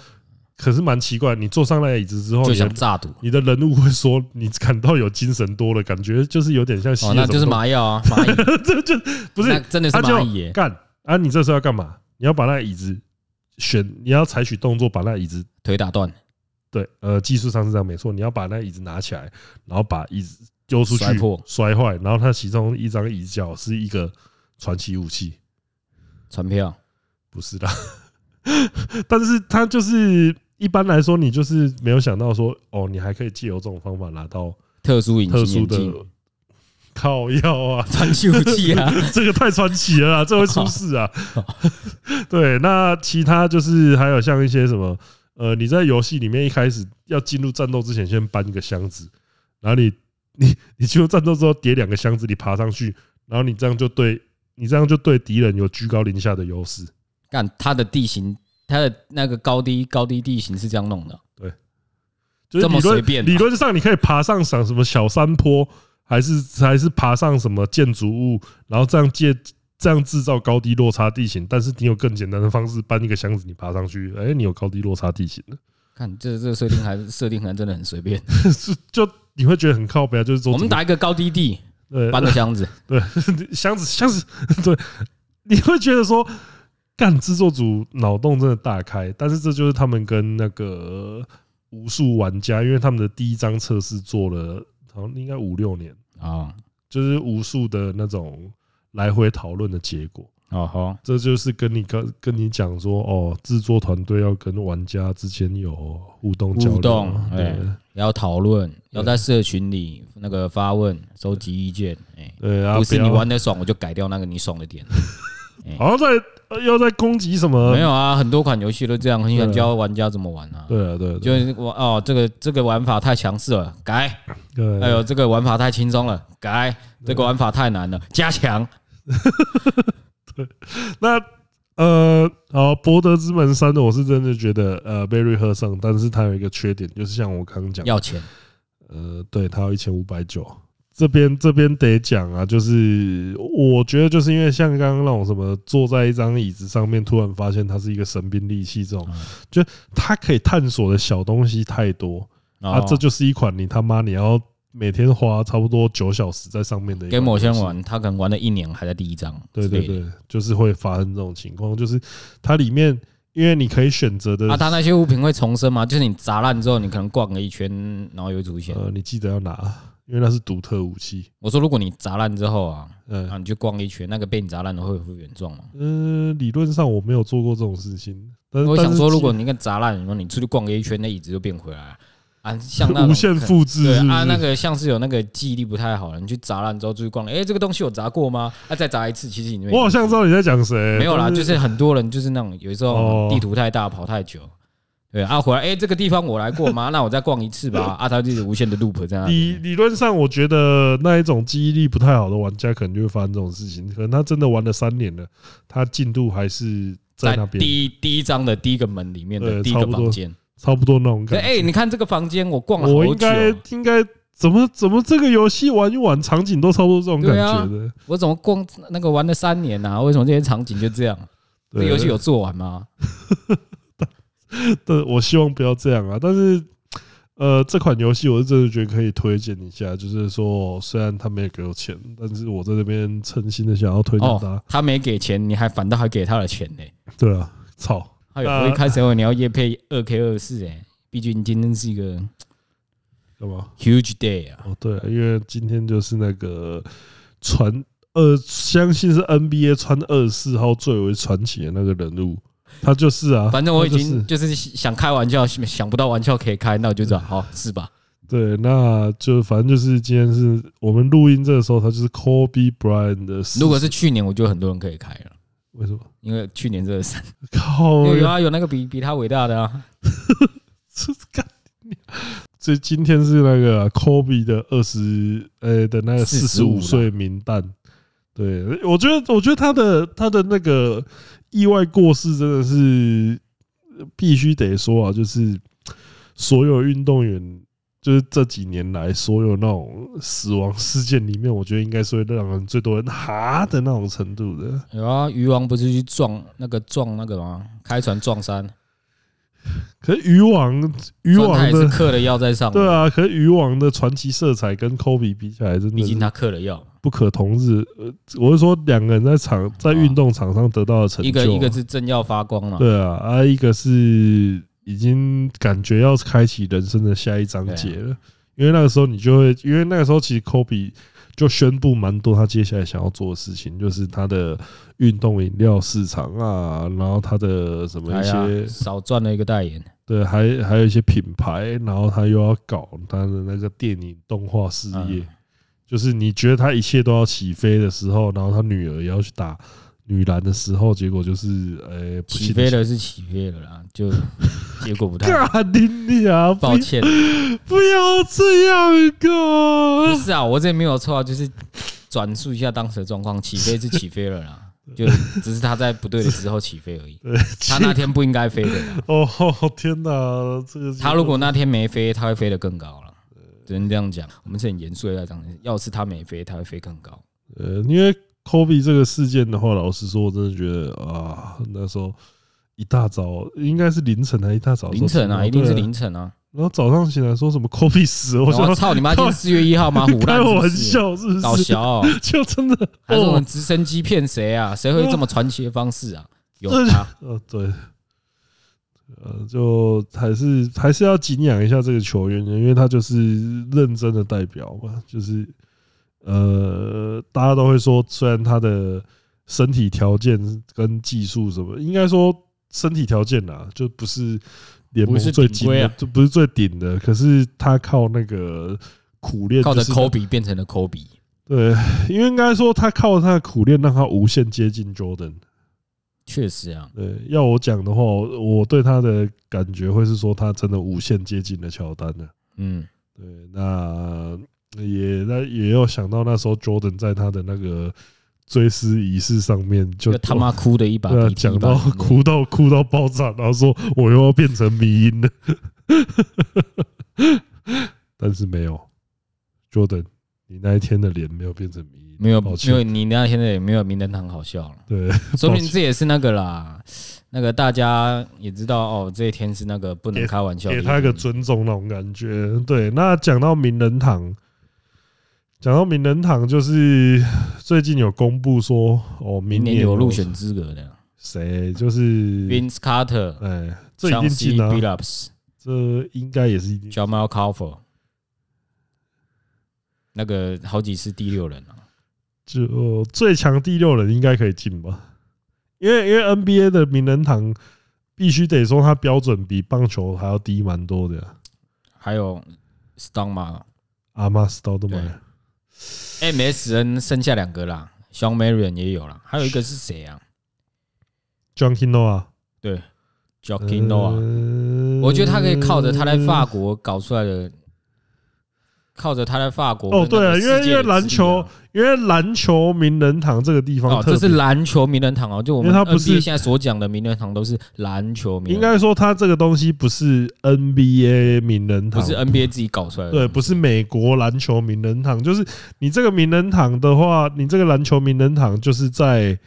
S1: 可是蛮奇怪，你坐上那个椅子之后，
S3: 就
S1: 你
S3: 想
S1: 的
S3: 炸赌。
S1: 你的人物会说你感到有精神多了，感觉就是有点像吸了
S3: 哦，那
S1: 什么
S3: 就是
S1: 东
S3: 麻药
S1: <laughs>
S3: 啊，蚂蚁
S1: 不
S3: 那
S1: 是
S3: 真的是
S1: 他就
S3: 蚂蚁耶，
S1: 干啊！你这时候要干嘛？你要把那个椅子选，你要采取动作把那个椅子
S3: 腿打断，
S1: 对呃技术上是这样没错，你要把那个椅子拿起来，然后把椅子丢出去
S3: 摔破
S1: 摔坏，然后它其中一张椅角是一个传奇武器，
S3: 传票，
S1: 不是啦， <laughs> 但是他就是一般来说，你就是没有想到说，哦，你还可以借由这种方法拿到
S3: 特殊隐
S1: 特
S3: 形
S1: 殊
S3: 眼
S1: 的
S3: 镜，
S1: 靠药啊，
S3: <laughs>
S1: <laughs>
S3: 传奇武器啊， <laughs>
S1: 这个太传奇了啦，这会出事啊。 <laughs> 对，那其他就是还有像一些什么，呃，你在游戏里面一开始要进入战斗之前，先搬一个箱子，然后你 <laughs> 你你进入战斗之后叠两个箱子，你爬上去，然后你这样就对你这样就对敌人有居高临下的优势。
S3: 干它的地形，它的那个高低高低地形是这样弄的，啊
S1: 就是理
S3: 这么随
S1: 论
S3: 便啊
S1: 理论上你可以爬上上什么小山坡，还是还是爬上什么建筑物，然后这样借这样制造高低落差地形。但是你有更简单的方式，搬一个箱子你爬上去，哎，你有高低落差地形了，
S3: 看这这个设定还是设定还真的很随便。
S1: 是就你会觉得很靠北啊，就是说
S3: <laughs> 我
S1: <laughs>
S3: 们打一个高低地，
S1: 呃
S3: 搬个箱子，
S1: 箱子箱子 <laughs> 对，你会觉得说。干制作组脑洞真的大开，但是这就是他们跟那个无数玩家，因为他们的第一张测试做了好像应该五六年，
S3: <laughs> 哦
S1: 就是无数的那种来回讨论的结果。
S3: 哦吼，
S1: 这就是跟你跟跟你讲说，哦，制作团队要跟玩家之间有互动交流，
S3: 互动
S1: 对
S3: 哎要讨论，要在社群里那个发问，收集意见，哎，
S1: 对啊，
S3: 不是
S1: 要
S3: 你玩的爽，我就改掉那个你爽的点。
S1: 好像在呃要在攻击什么？
S3: 没有啊，很多款游戏都这样，很
S1: 嗯对
S3: 想
S1: 啊
S3: 教玩家怎么玩啊。
S1: 对啊，对啊，对啊
S3: 就是我哦，这个这个玩法太强势了，改；
S1: 对
S3: 还
S1: 啊，
S3: 有这个玩法太轻松了，改；这个玩法太难了，加强。
S1: 那呃，好，《博德之门三》我是真的觉得呃贝瑞喝上，但是它有一个缺点，就是像我刚刚讲的，
S3: 要钱，
S1: 呃，对，它要一千五百九。这边这边得讲啊，就是我觉得就是因为像刚刚那种什么坐在一张椅子上面，突然发现它是一个神兵利器这种
S3: 嗯，
S1: 就它可以探索的小东西太多
S3: 然
S1: 啊，
S3: 后
S1: 这就是一款你他妈你要每天花差不多九小时在上面的一款
S3: 给某些
S1: 游
S3: 人
S1: 戏
S3: 玩，他可能玩了一年还在第一章
S1: 对
S3: 之
S1: 对
S3: 类的。
S1: 对，就是会发生这种情况，就是它里面因为你可以选择的
S3: 啊，他那些物品会重生吗？就是你砸烂之后，你可能逛了一圈，然后又出现。
S1: 呃，你记得要拿，因为那是独特武器。
S3: 我说，如果你砸烂之后啊，啊，
S1: 嗯
S3: 你去逛一圈，那个被你砸烂的会恢复原状吗？
S1: 呃，理论上我没有做过这种事情，但是
S3: 我
S1: 呃但
S3: 想
S1: 是
S3: 说，如
S1: 基
S3: 果你跟砸烂，然后你出去逛个一圈，那椅子就变回来了啊，像那种
S1: 无限复制
S3: 对
S1: 是不
S3: 啊，那
S1: 是
S3: 个像是有那个记忆力不太好了，你去砸烂之后出去逛，哎，这个东西有砸过吗？啊，再砸一次，其实你没
S1: 我好像知道你在讲谁，
S3: 没有啦，
S1: 但
S3: 就是很多人就是那种有时
S1: 哦
S3: 候地图太大，跑太久。对啊，回来哎、这个地方我来过吗？ <laughs> 那我再逛一次吧。啊，他就是无限的 loop 在那里。
S1: 理理论上，我觉得那一种记忆力不太好的玩家，可能就会发生这种事情。可能他真的玩了三年了，他进度还是在那边，
S3: 第一第一章的第一个门里面
S1: 对
S3: 的第一个
S1: 差不多
S3: 房间。
S1: 差不多那种
S3: 对，
S1: 感觉。
S3: 哎、你看这个房间，我逛了
S1: 我
S3: 好
S1: 应
S3: 久，哦
S1: 该应该怎么怎么这个游戏玩一玩，场景都差不多这种感
S3: 啊
S1: 觉的。
S3: 我怎么逛那个玩了三年呐、啊？为什么这些场景就这样？这
S1: <laughs> 对，
S3: 游戏有做完吗？
S1: 但我希望不要这样啊。但是，呃，这款游戏我是真的觉得可以推荐一下，就是说虽然他没有给我钱，但是我在这边诚心的想要推荐他
S3: 哦。，他没给钱，你还反倒还给他的钱呢、
S1: 对啊，操，
S3: 哎呦，
S1: 那
S3: 我一开始以为你要夜配二 K 二四哎，毕竟今天是一个
S1: 干嘛？
S3: huge day 啊。
S1: 哦，对、啊，因为今天就是那个传呃，相信是 NBA 穿二十四号最为传奇的那个人物，他就是啊，
S3: 反正我已
S1: 他就是嗯
S3: 经就是想开玩笑，想不到玩笑可以开，那我就这样，好是吧？
S1: 对，那就反正就是今天是我们录音这个时候，他就是 Kobe Bryant 的事。
S3: 如果是去年，我觉得很多人可以开了，
S1: 为什么？
S3: 因为去年这个三，
S1: 靠
S3: 有有
S1: 呀！
S3: 啊，有那个比比他伟大的啊，
S1: <laughs> 这干你这今天是那个啊 Kobe 的二十呃的那个四十
S3: 45
S1: 五
S3: 啦
S1: 岁名单。对，我觉得，我觉得他的他的那个意外过世真的是呃必须得说啊，就是所有运动员，就是这几年来所有那种死亡事件里面，我觉得应该是会让人最多人哈的那种程度的。
S3: 有啊，渔王不是去撞那个撞那个吗？开船撞山，
S1: 可是渔王，渔
S3: 虽然他
S1: 王
S3: 也是
S1: 的
S3: 嗑了药在上面，
S1: 对，啊，可是渔王的传奇色彩跟科比比起来，真
S3: 毕
S1: 的
S3: 竟
S1: 是
S3: 他嗑了药，
S1: 不可同日。呃，我是说两个人在场在运动场上得到的成就啊，
S3: 啊一个一个是正要发光了，
S1: 对啊，啊，一个是已经感觉要开启人生的下一章节
S3: 啊
S1: 了，因为那个时候你就会，因为那个时候其实科比就宣布蛮多他接下来想要做的事情，就是他的运动饮料市场啊，然后他的什么
S3: 哎
S1: 一
S3: 呀
S1: 些，
S3: 少赚了一个代言，
S1: 对，还还有一些品牌，然后他又要搞他的那个电影动画事业
S3: 嗯，
S1: 就是你觉得他一切都要起飞的时候，然后他女儿也要去打女篮的时候，结果就是呃、不
S3: 起
S1: 幸
S3: 飞了是起飞了啦，就结果不太
S1: <laughs>
S3: 好，
S1: 干你啊！不
S3: 抱歉，
S1: 不要这样
S3: 不 <laughs>
S1: 哥，
S3: 是啊，我这没有错啊，就是转述一下当时的状况，起飞是起飞了
S1: <laughs>
S3: 啦，就只是他在不对的时候起飞而已，他那天不应该飞的啦，
S1: 哦 <laughs> 天哪，这个
S3: 他如果那天没飞，他会飞得更高了。只能这样讲，呃我们是很严肃的在讲。要是他没飞，他会飞更高。
S1: 呃，因为 Kobe 这个事件的话，老实说，我真的觉得啊，那时候一大早应该是凌晨还一大早的时候
S3: 凌晨
S1: 听
S3: 啊，
S1: 到
S3: 一定是。
S1: 对
S3: 凌晨啊！
S1: 然后早上醒来说什么 Kobe 死了，我
S3: 我
S1: 想 <laughs>
S3: 操你 <laughs> 妈！今天四月一号吗？胡
S1: 开
S3: 乱是不
S1: 玩
S3: 是
S1: 笑是不
S3: 搞
S1: 是？
S3: 笑 <laughs> 哦，
S1: <laughs> 就真的
S3: 还是我
S1: 哦
S3: 们，直升 <laughs> 啊机骗谁啊？谁会这么传奇的方式啊？有他，
S1: 呃对，呃，就还是还是要敬仰一下这个球员，因为他就是认真的代表嘛，就是呃，大家都会说，虽然他的身体条件跟技术什么，应该说身体条件啦，就不是联盟
S3: 不是
S1: 最
S3: 顶
S1: 顶
S3: 规
S1: 的
S3: 啊，
S1: 就不是最顶的，可是他靠那个苦练，
S3: 靠着
S1: 就是
S3: 科比变成了科比，
S1: 对，因为应该说他靠他的苦练，让他无限接近 Jordan。
S3: 确实啊，
S1: 对，要我讲的话，我我对他的感觉会是说，他真的无限接近了乔丹的。
S3: 嗯，
S1: 对，那也那也有想到那时候 Jordan 在他的那个追思仪式上面就
S3: 就他妈哭的一把
S1: 对啊
S3: 鼻涕
S1: 讲
S3: 一
S1: 到
S3: 把眼泪
S1: 哭到哭到爆炸，然后说我又要变成迷音了， <laughs> 但是没有 Jordan，你那一天的脸没有变成迷音，
S3: 没有
S1: 抱
S3: 没
S1: 歉
S3: 有，你那天的也没有名人堂好笑了，
S1: 对，
S3: 说
S1: 抱
S3: 明
S1: 歉
S3: 这也是那个啦，那个大家也知道哦，这一天是那个不能
S1: 给
S3: 开玩笑的一
S1: 给
S3: 天，
S1: 他一个尊重那种感觉。对，那讲到名人堂，讲到名人堂，就是 <sighs> 最近有公布说，哦，
S3: 明
S1: 明
S3: 年
S1: 年
S3: 有入选资格的
S1: 谁，就是
S3: ，Vince Carter、
S1: 哎，这一定
S3: Chauncey
S1: 进啊，
S3: Billups、
S1: 这应该也是一定进。
S3: Jamal Crawford，那个好几次第六人啊，
S1: 就呃最强第六人应该可以进吧？因为因为 NBA 的名人堂必须得说，它标准比棒球还要低蛮多的啊。
S3: 还有 Stone 嘛
S1: 阿玛斯刀都买
S3: 对，MSN 剩下两个啦，Sean Marion 也有啦，还有一个是谁啊
S1: John k i n o 啊
S3: j o c k i n o 啊。
S1: 呃
S3: 我觉得他可以靠着他在法国搞出来的，靠着他在法国
S1: 哦对啊
S3: 跟那个世界
S1: 因为因
S3: 的
S1: 为篮球
S3: 资啊
S1: 因为篮球名人堂这个地
S3: 历啊
S1: 方
S3: 哦，
S1: 特
S3: 这
S1: 别，
S3: 是篮球名人堂哦，就我们
S1: 因为它不是
S3: NBA 现在所讲的名人堂都是篮球名
S1: 应
S3: 人堂，
S1: 该说它这个东西不是 NBA 名人堂，
S3: 不是 NBA 自己搞出来的，
S1: 对，不是美国篮球名人堂，就是你这个名人堂的话，你这个篮球名人堂就是在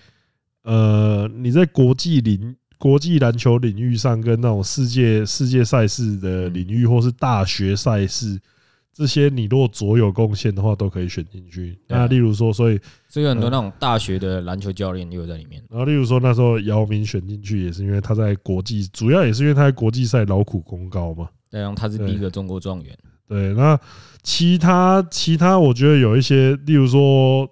S1: 呃，你在国际领国际篮球领域上，跟那种世界世界赛事的领域，或是大学赛事这些，你如果卓有贡献的话，都可以选进去。
S3: 对啊
S1: 那例如说，所以
S3: 所以有很多那种大学的篮球教练也有在里面。
S1: 然后例如说那时候姚明选进去，也是因为他在国际，主要也是因为他在国际赛劳苦功高嘛。
S3: 对，然后他是第一个中国状元，
S1: 对，那其他其他，我觉得有一些，例如说，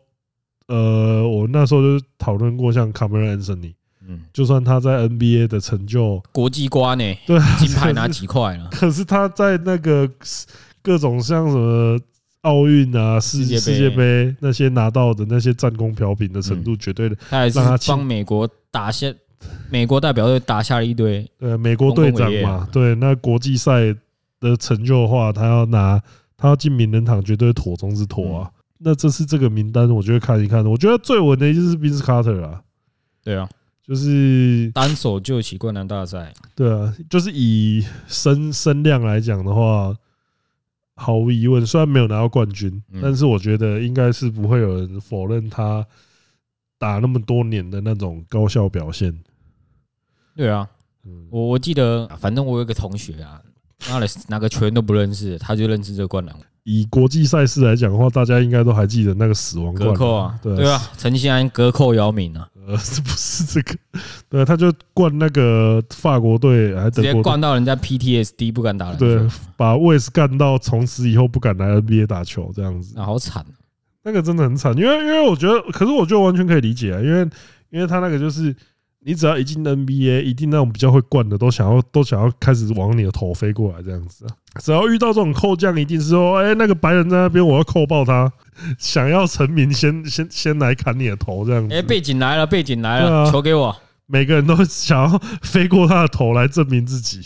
S1: 呃，我那时候就是讨论过，像卡梅伦·安森尼，
S3: 嗯，
S1: 就算他在 NBA 的成就，
S3: 国际瓜呢，
S1: 对啊，
S3: 金牌拿
S1: 可是
S3: 几块
S1: <laughs>
S3: 了，
S1: 可是他在那个各种像什么奥运啊、世
S3: 世界杯
S1: 世界杯那些拿到的那些战功飘屏的程度，绝对的。
S3: 他还是
S1: 让他进
S3: 帮美国打下美国代表队打下了一堆，
S1: 呃，美国队长
S3: 丰功伟业
S1: 嘛
S3: 啊，
S1: 对，那国际赛的成就的话，他要拿他要进名人堂，绝对是妥中之妥啊。那这次这个名单，我觉得看一看，我觉得最稳的就是宾斯卡特啦，
S3: 对啊，
S1: 就是
S3: 单手就起灌篮大赛，
S1: 对啊，就是以声声量来讲的话，毫无疑问，虽然没有拿到冠军，
S3: 嗯
S1: 但是我觉得应该是不会有人否认他打那么多年的那种高效表现。
S3: 对啊，
S1: 嗯，
S3: 我我记得，啊反正我有一个同学啊，妈的哪个球员都不认识，他就认识这个灌篮
S1: 以国际赛事来讲的话，大家应该都还记得那个死亡
S3: 隔
S1: 冠
S3: 扣啊，
S1: 对
S3: 对啊，陈信安隔扣姚明啊，
S1: 呃， <laughs> 是不是这个？对，啊他就灌那个法国队，还
S3: 直
S1: 德
S3: 接
S1: 国队
S3: 灌到人家 PTSD 不敢打篮
S1: 对
S3: 球，，
S1: 把卫斯干到从此以后不敢来 NBA 打球这样子，
S3: 那好惨啊，
S1: 那个真的很惨。因为因为我觉得，可是我觉得完全可以理解啊，因为因为他那个就是。你只要一进 NBA，一定那种比较会灌的，都想要都想要开始往你的头飞过来这样子啊。只要遇到这种扣将，一定是说，哎、那个白人在那边，我要扣爆他，想要成名先先先来砍你的头这样子。
S3: 哎，背景来了，背景来
S1: 对啊
S3: 了，球给我，
S1: 每个人都想要飞过他的头来证明自己。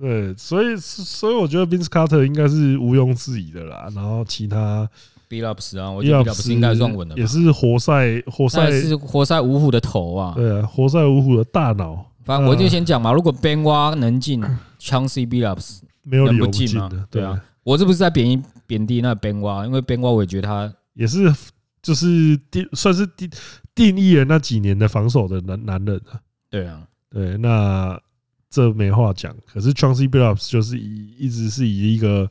S1: 对，所以所以我觉得 Vince Carter 应该是毋庸置疑的啦。然后其他
S3: b i l l u p s 啊，我
S1: 伊
S3: 觉得
S1: 拉
S3: b i l l u p s 应该算稳的吧
S1: 也，是活塞活
S3: 那
S1: 塞
S3: 也是活塞五虎的头啊，
S1: 对啊，活塞五虎的大脑，
S3: 反正我就先讲嘛，如果 Ben 蛙能进 Chauncey b i l l u p s
S1: 没有理
S3: 能
S1: 由
S3: 不
S1: 不进
S3: 进吗
S1: 的，？
S3: 对啊，，我这不是在贬义贬低那 Ben 蛙，因为 Ben 蛙我也觉得他
S1: 也是就是定算是定定义了那几年的防守的男男人啊。
S3: 对啊，
S1: 对，那这没话讲。可是 Chauncey Billups 就是以一直是以一个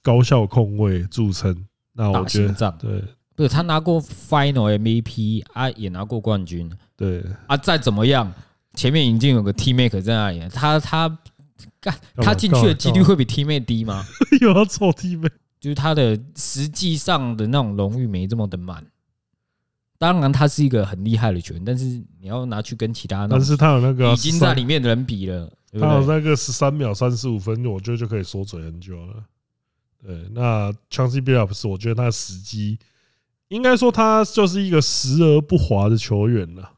S1: 高效控卫著称。那哦我
S3: 打
S1: 觉
S3: 心
S1: 得
S3: 脏。
S1: 对
S3: 不是他拿过 Final MVP 啊，也拿过冠军
S1: 对
S3: 啊，再怎么样，前面已经有个 T Make 在那里了，他他干
S1: 嘛
S3: 他进去的几率
S1: 干嘛
S3: 会比 T Make 低吗？
S1: <laughs> 又要臭弟妹，
S3: 就是他的实际上的那种荣誉没这么的满。当然，他是一个很厉害的球员，但是你要拿去跟其他 <laughs> 那
S1: 但
S3: 种
S1: 是他有那个
S3: 已经在
S1: 13
S3: 里面的人比了，对
S1: 他有
S3: 不对？
S1: 那个十三秒三十五分，我觉得就可以缩嘴很久了。对，那 Chauncey Billups，我觉得他的时机，应该说他就是一个时而不滑的球员了。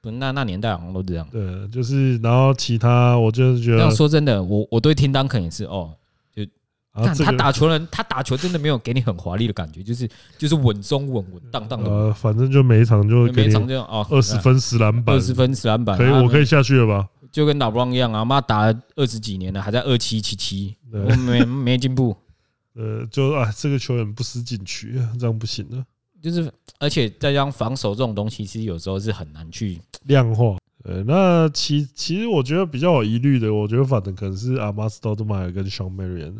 S3: 不那那年代好像都这样。
S1: 对，就是然后其他，我就是觉
S3: 这
S1: 得
S3: 样说真的，我我对听当肯也是哦，
S1: 啊，
S3: 看
S1: 这
S3: 他
S1: 个
S3: 打球人，他打球真的没有给你很华丽的感觉，就是就是稳中稳稳当当的，
S1: 呃，反正就每一场就给
S3: 每
S1: 你
S3: 场这样哦，
S1: 二十分十篮板
S3: 二，十分十篮板，
S1: 可以，
S3: 啊
S1: 我可以下去了吧？
S3: 就跟老布朗一样啊，妈打了二十几年了，还在二七七七，
S1: 对
S3: 我没没进步，
S1: 呃，就啊，这个球员不思进取，这样不行啊了，
S3: 就是而且再加上防守这种东西，其实有时候是很难去
S1: 量化。呃，那其其实我觉得比较有疑虑的，我觉得反正可能是阿马斯多特马尔跟 Sean Marion，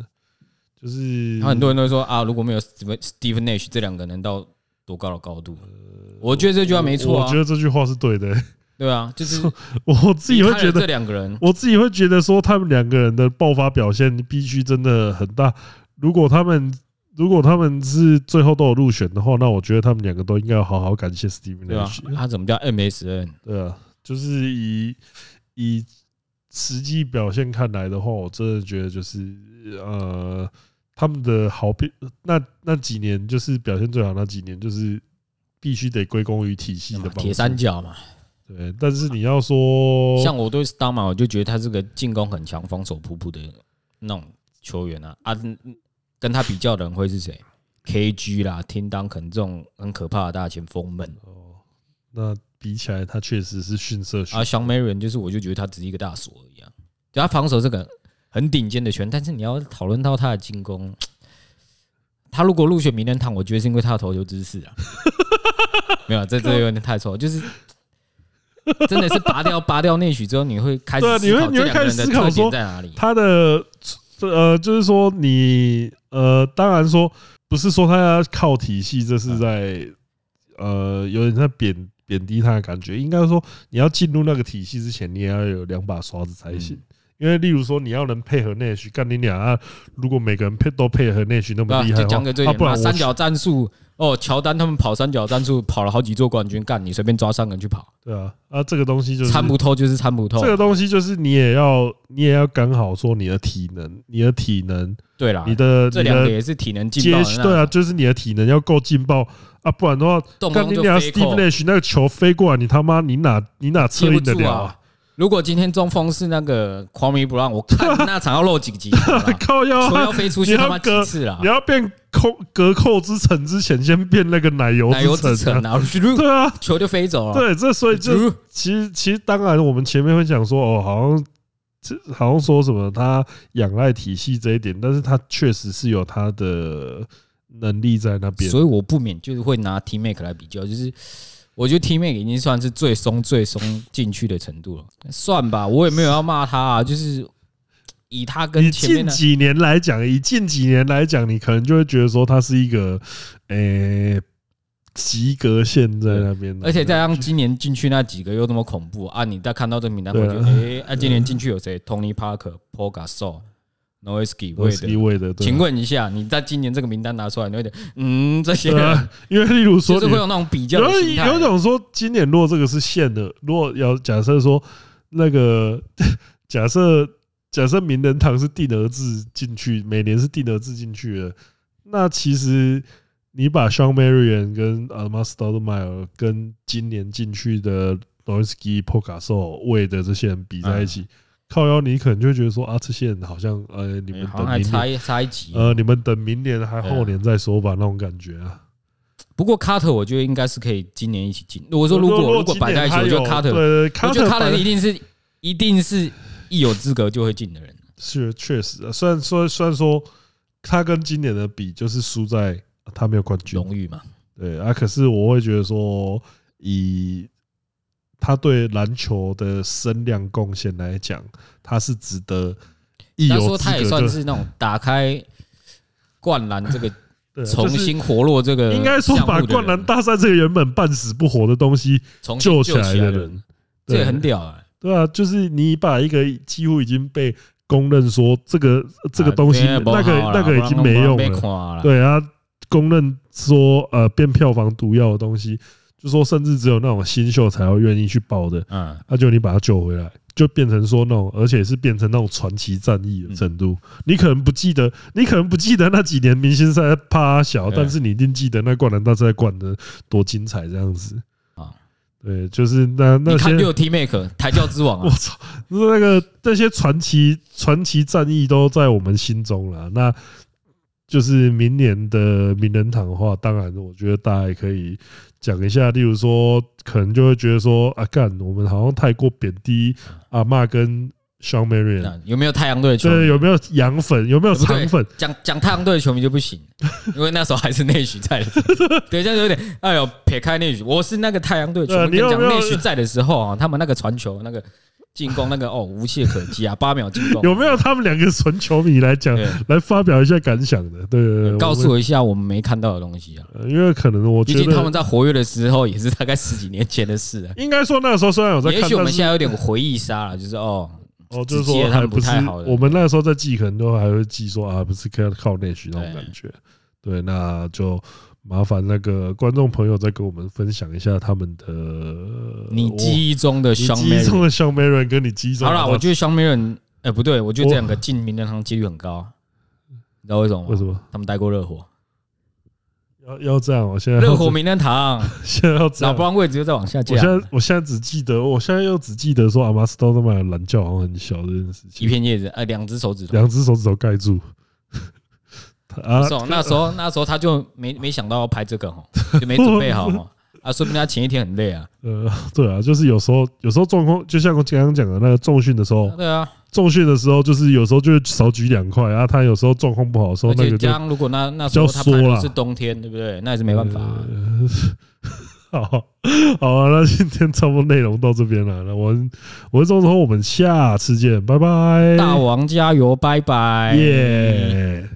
S1: 就是
S3: 然后很多人都会说啊，如果没有 Steve- Steve Nash 这两个人到多高的高度，我觉得这句话没错
S1: 呃我
S3: 啊
S1: 我觉，得这句话是对的、 <laughs>
S3: 对啊，就是
S1: 我 <laughs> 自己会觉
S3: 你看了这
S1: 得，
S3: 两
S1: <laughs>
S3: 个人，
S1: 我自己会觉得说，他们两个人的爆发表现必须真的很大。如果他们如果他们是最后都有入选的话，那我觉得他们两个都应该要好好感谢 Steve
S3: 对啊吧
S1: Nash。？
S3: 他怎么叫 MSN？
S1: 对啊，就是以以实际表现看来的话，我真的觉得就是呃，他们的好表那那几年就是表现最好那几年，就是必须得归功于体系的帮助
S3: 铁三角嘛，
S1: 对，但是你要说
S3: 像我对 s t a r m a 我就觉得他是个进攻很强、防守普普的那种球员啊啊！嗯跟他比较的人会是谁？KG 啦，听当肯这种很可怕的大前锋们
S1: 哦，那比起来，他确实是逊色许
S3: 啊，
S1: 多。
S3: 像 Marion 就是我就觉得他只是一个大锁而已啊，就他防守这个很顶尖的球员，但是你要讨论到他的进攻，他如果入选名人堂，我觉得是因为他的投球姿势啊， <laughs> 没有啊，这这有点太丑，就是。真的是拔掉拔掉内许之后，你会开始
S1: 对啊你
S3: 思
S1: 会
S3: 考
S1: 你
S3: 这
S1: 会
S3: 两个人
S1: 开始
S3: 的
S1: 思考
S3: 特点
S1: 说
S3: 在哪里。
S1: 他的呃，就是说你呃，当然说不是说他要靠体系，这是在
S3: 嗯
S1: 呃有点在贬贬低他的感觉。应该说，你要进入那个体系之前，你也要有两把刷子才行。
S3: 嗯
S1: 因为例如说，你要能配合内需，干你俩啊！如果每个人配都配合内需那
S3: 对
S1: 么
S3: 啊
S1: 厉害
S3: 就
S1: 的话，
S3: 讲个最
S1: 啊，
S3: 简
S1: 不然
S3: 单，
S1: 我
S3: 三角战术哦，乔丹他们跑三角战术跑了好几座冠军，干你随便抓三个人去跑，
S1: 对啊啊，这个东西就是
S3: 参不透就是参不透
S1: 这。个东西就是你也要你也要刚好说你的体能，你的体能，
S3: 对啦
S1: 你，的
S3: 啊这
S1: 你
S3: 两个
S1: 的
S3: 也是体能劲
S1: 接
S3: 爆的那
S1: 对啊，就
S3: 种，
S1: 是你的体能要够劲爆啊，不然的话，
S3: 动不
S1: 干
S3: 动
S1: 你
S3: 就
S1: 俩
S3: 飞扣
S1: Steve，Nash 那个球飞过来，你他妈你哪你哪策
S3: 接不
S1: 应得
S3: 住
S1: 了
S3: 啊？。如果今天中锋是那个 q u a m e Brown，我看那场要漏几个集
S1: <laughs>
S3: 好啦
S1: 靠腰
S3: <laughs> 球要
S1: 啊！
S3: 飞出去
S1: 你要
S3: 他妈几
S1: 隔
S3: 次啦
S1: 你！要变扣隔扣之城之前，先变那个奶油
S3: 奶油之
S1: 城
S3: 城
S1: 啊！
S3: 啊， <laughs>
S1: 对啊，
S3: 球就飞走了。
S1: 对，这所以这
S3: 嗯
S1: 其实其实当然，我们前面会讲说哦，好像这好像说什么他仰赖体系这一点，但是他确实是有他的能力在那边。
S3: 所以我不免就是会拿 T Make 来比较，就是我觉得 T Make 已经算是最松最松进去的程度了，算吧，我也没有要骂他啊，就是以他
S1: 以
S3: 跟前面
S1: 近
S3: 的
S1: 几年来讲，以近几年来讲，你可能就会觉得说他是一个诶、及格线在那边的，啊
S3: 而且再让今年进去那几个又那么恐怖啊！你再看到这名单，
S1: 对
S3: 会
S1: 啊
S3: 觉得哎，啊，今年进去有谁？Tony Parker、Paul Gasol、Nowitzki、
S1: 都是一
S3: Wade。
S1: 位的，对啊
S3: 请问一下，你在今年这个名单拿出来，你会觉得嗯，这些
S1: 对
S3: 人
S1: 啊，因为例如说
S3: 就
S1: 你
S3: 是会有那种比较的
S1: 有
S3: 心态。
S1: 有种说，今年如果这个是线的，如果要假设说那个假设假设名人堂是定额制进去，每年是定额制进去的，那其实你把 Sean Marion 跟 Almas s t o u d m e y e 跟今年进去的 n o i s k y p o c a s o 位的这些人比在一
S3: 嗯
S1: 起，靠腰你可能就会觉得说啊，这些人好像呃，你
S3: 哎
S1: 们
S3: 好
S1: 等
S3: 像还
S1: 明
S3: 差
S1: 年
S3: 一差一级。
S1: 呃，你们等明年还
S3: 对啊
S1: 后年再说吧，那种感觉啊。
S3: 不过卡特，我觉得应该是可以今年一起进。我说如果如果摆在一起，我觉得卡特，我
S1: 对
S3: 觉得卡
S1: 摆
S3: 特一定是一定是一有资格就会进的人。
S1: 是确实啊，虽然说虽然说他跟今年的比，就是输在他没有冠军，
S3: 荣誉嘛，
S1: 对啊，可是我会觉得说，以他对篮球的声量贡献来讲，他是值得一
S3: 他
S1: 有
S3: 说
S1: 资
S3: 他也
S1: 格
S3: 算
S1: 就是
S3: 那种打开灌
S1: <laughs>
S3: 篮这个
S1: 对啊
S3: 重。
S1: 就是
S3: 新活络这个，
S1: 应该说，把灌篮大赛这个原本半死不活的东西
S3: 重新
S1: 救
S3: 救
S1: 起来的
S3: 的人
S1: 人，
S3: 这也
S1: 对
S3: 很屌啊！
S1: 对啊，就是你把一个几乎已经被公认说这个这个东西，
S3: 啊
S1: 那个那个已经没用了，
S3: 了。
S1: 对啊，公认说呃变票房毒药的东西，就说甚至只有那种新秀才会愿意去报的，
S3: 嗯，
S1: 那、就你把它救回来，就变成说那种，而且是变成那种传奇战役
S3: 嗯
S1: 的程度。你可能不记得，你可能不记得那几年明星赛趴小，
S3: 对
S1: 但是你一定记得那灌篮大赛灌的多精彩这样子
S3: 啊。
S1: 对，就是那
S3: 你
S1: 那些
S3: 看六 T Make 台教之王
S1: 我
S3: 啊，
S1: 操，那个这些传奇传奇战役都在我们心中了。那就是明年的名人堂的话，当然我觉得大家也可以讲一下，例如说，可能就会觉得说啊，干，我们好像太过贬低阿嬷跟 Sean Marion。
S3: 那有没有太阳队的球
S1: 对，
S3: 迷？
S1: 有没有洋粉？有没有
S3: 啊对不对
S1: 长粉？
S3: 讲讲太阳队的球迷就不
S1: <laughs>
S3: 行，因为那时候还是内许在的时候。对，这样有点，哎呦，撇开内许，我是那个太阳队的球迷。
S1: 对
S3: 跟
S1: 啊
S3: 你讲
S1: 你有没
S3: 内
S1: 有
S3: 许在的时候啊，他们那个传球、那个进
S1: <laughs>
S3: 攻、那个哦，无懈可击啊，八秒进攻。
S1: 有没有他们两个纯球迷来讲，
S3: 对？
S1: 来发表一下感想的？对对对，
S3: 告诉
S1: 们
S3: 我一下我们没看到的东西啊！
S1: 呃，因为可能我
S3: 毕
S1: 觉
S3: 竟他们
S1: 得，
S3: 在活跃的时候也是大概十几年前的事了。啊
S1: 应该说那个时候虽然有在看，
S3: 也许我
S1: 但
S3: 们
S1: 是
S3: 现在有点回忆杀了，就是哦，
S1: 哦，
S3: 只
S1: 就是
S3: 记
S1: 说
S3: 得他
S1: 还
S3: 们不
S1: 不是
S3: 太好的
S1: 我们那时候在记，可能都还会记说啊，不是靠靠内需那种
S3: 对
S1: 感觉。对，那就麻烦那个观众朋友再跟我们分享一下他们的
S3: 你记忆中的
S1: 我
S3: 香
S1: 你记
S3: 妹
S1: 忆。中的香梅人跟你记忆中
S3: 好
S1: 的
S3: 啦，
S1: 大
S3: 我觉得香妹人，哎，不对，我觉得这两个进名人堂几率很高，你知道为什么吗？
S1: 为什么
S3: 他们待过
S1: <laughs>
S3: 热火，
S1: 要要这样？我现在
S3: 热火名
S1: <laughs>
S3: 人堂，
S1: 现在要这
S3: 老
S1: 样
S3: 不。然位置又再往下
S1: 我
S3: 降
S1: 现，在我现在只记得，我现在又只记得说阿玛斯多他妈的懒觉好像很小这件事
S3: 一
S1: 情，
S3: 片叶子，哎，两只手指头。
S1: 两只手指头盖
S3: <laughs>
S1: 住。啊
S3: 不是哦，那时候那时候他就没没想到要拍这个
S1: <laughs>
S3: 哦，就没准备好哦，啊，说明他前一天很累啊。
S1: 呃， <laughs> 对啊，就是有时候有时候状况，就像我刚刚讲的那个重训的时候，
S3: 对啊，
S1: 重训的时候，就是有时候就会少举两块，然后他有时候状况不好的时候，
S3: 而
S1: 那
S3: 且
S1: 个就
S3: 加上如果那那时候他
S1: 比较
S3: 拍
S1: 缩
S3: 的
S1: 啦
S3: 是冬天，对不对？那也是没办法啊。
S1: 哎呃 <laughs> 好好啊，那今天差不多内容到这边了，那我们我是钟总，我们下次见，拜拜，
S3: 大王加油，拜拜！
S1: 耶。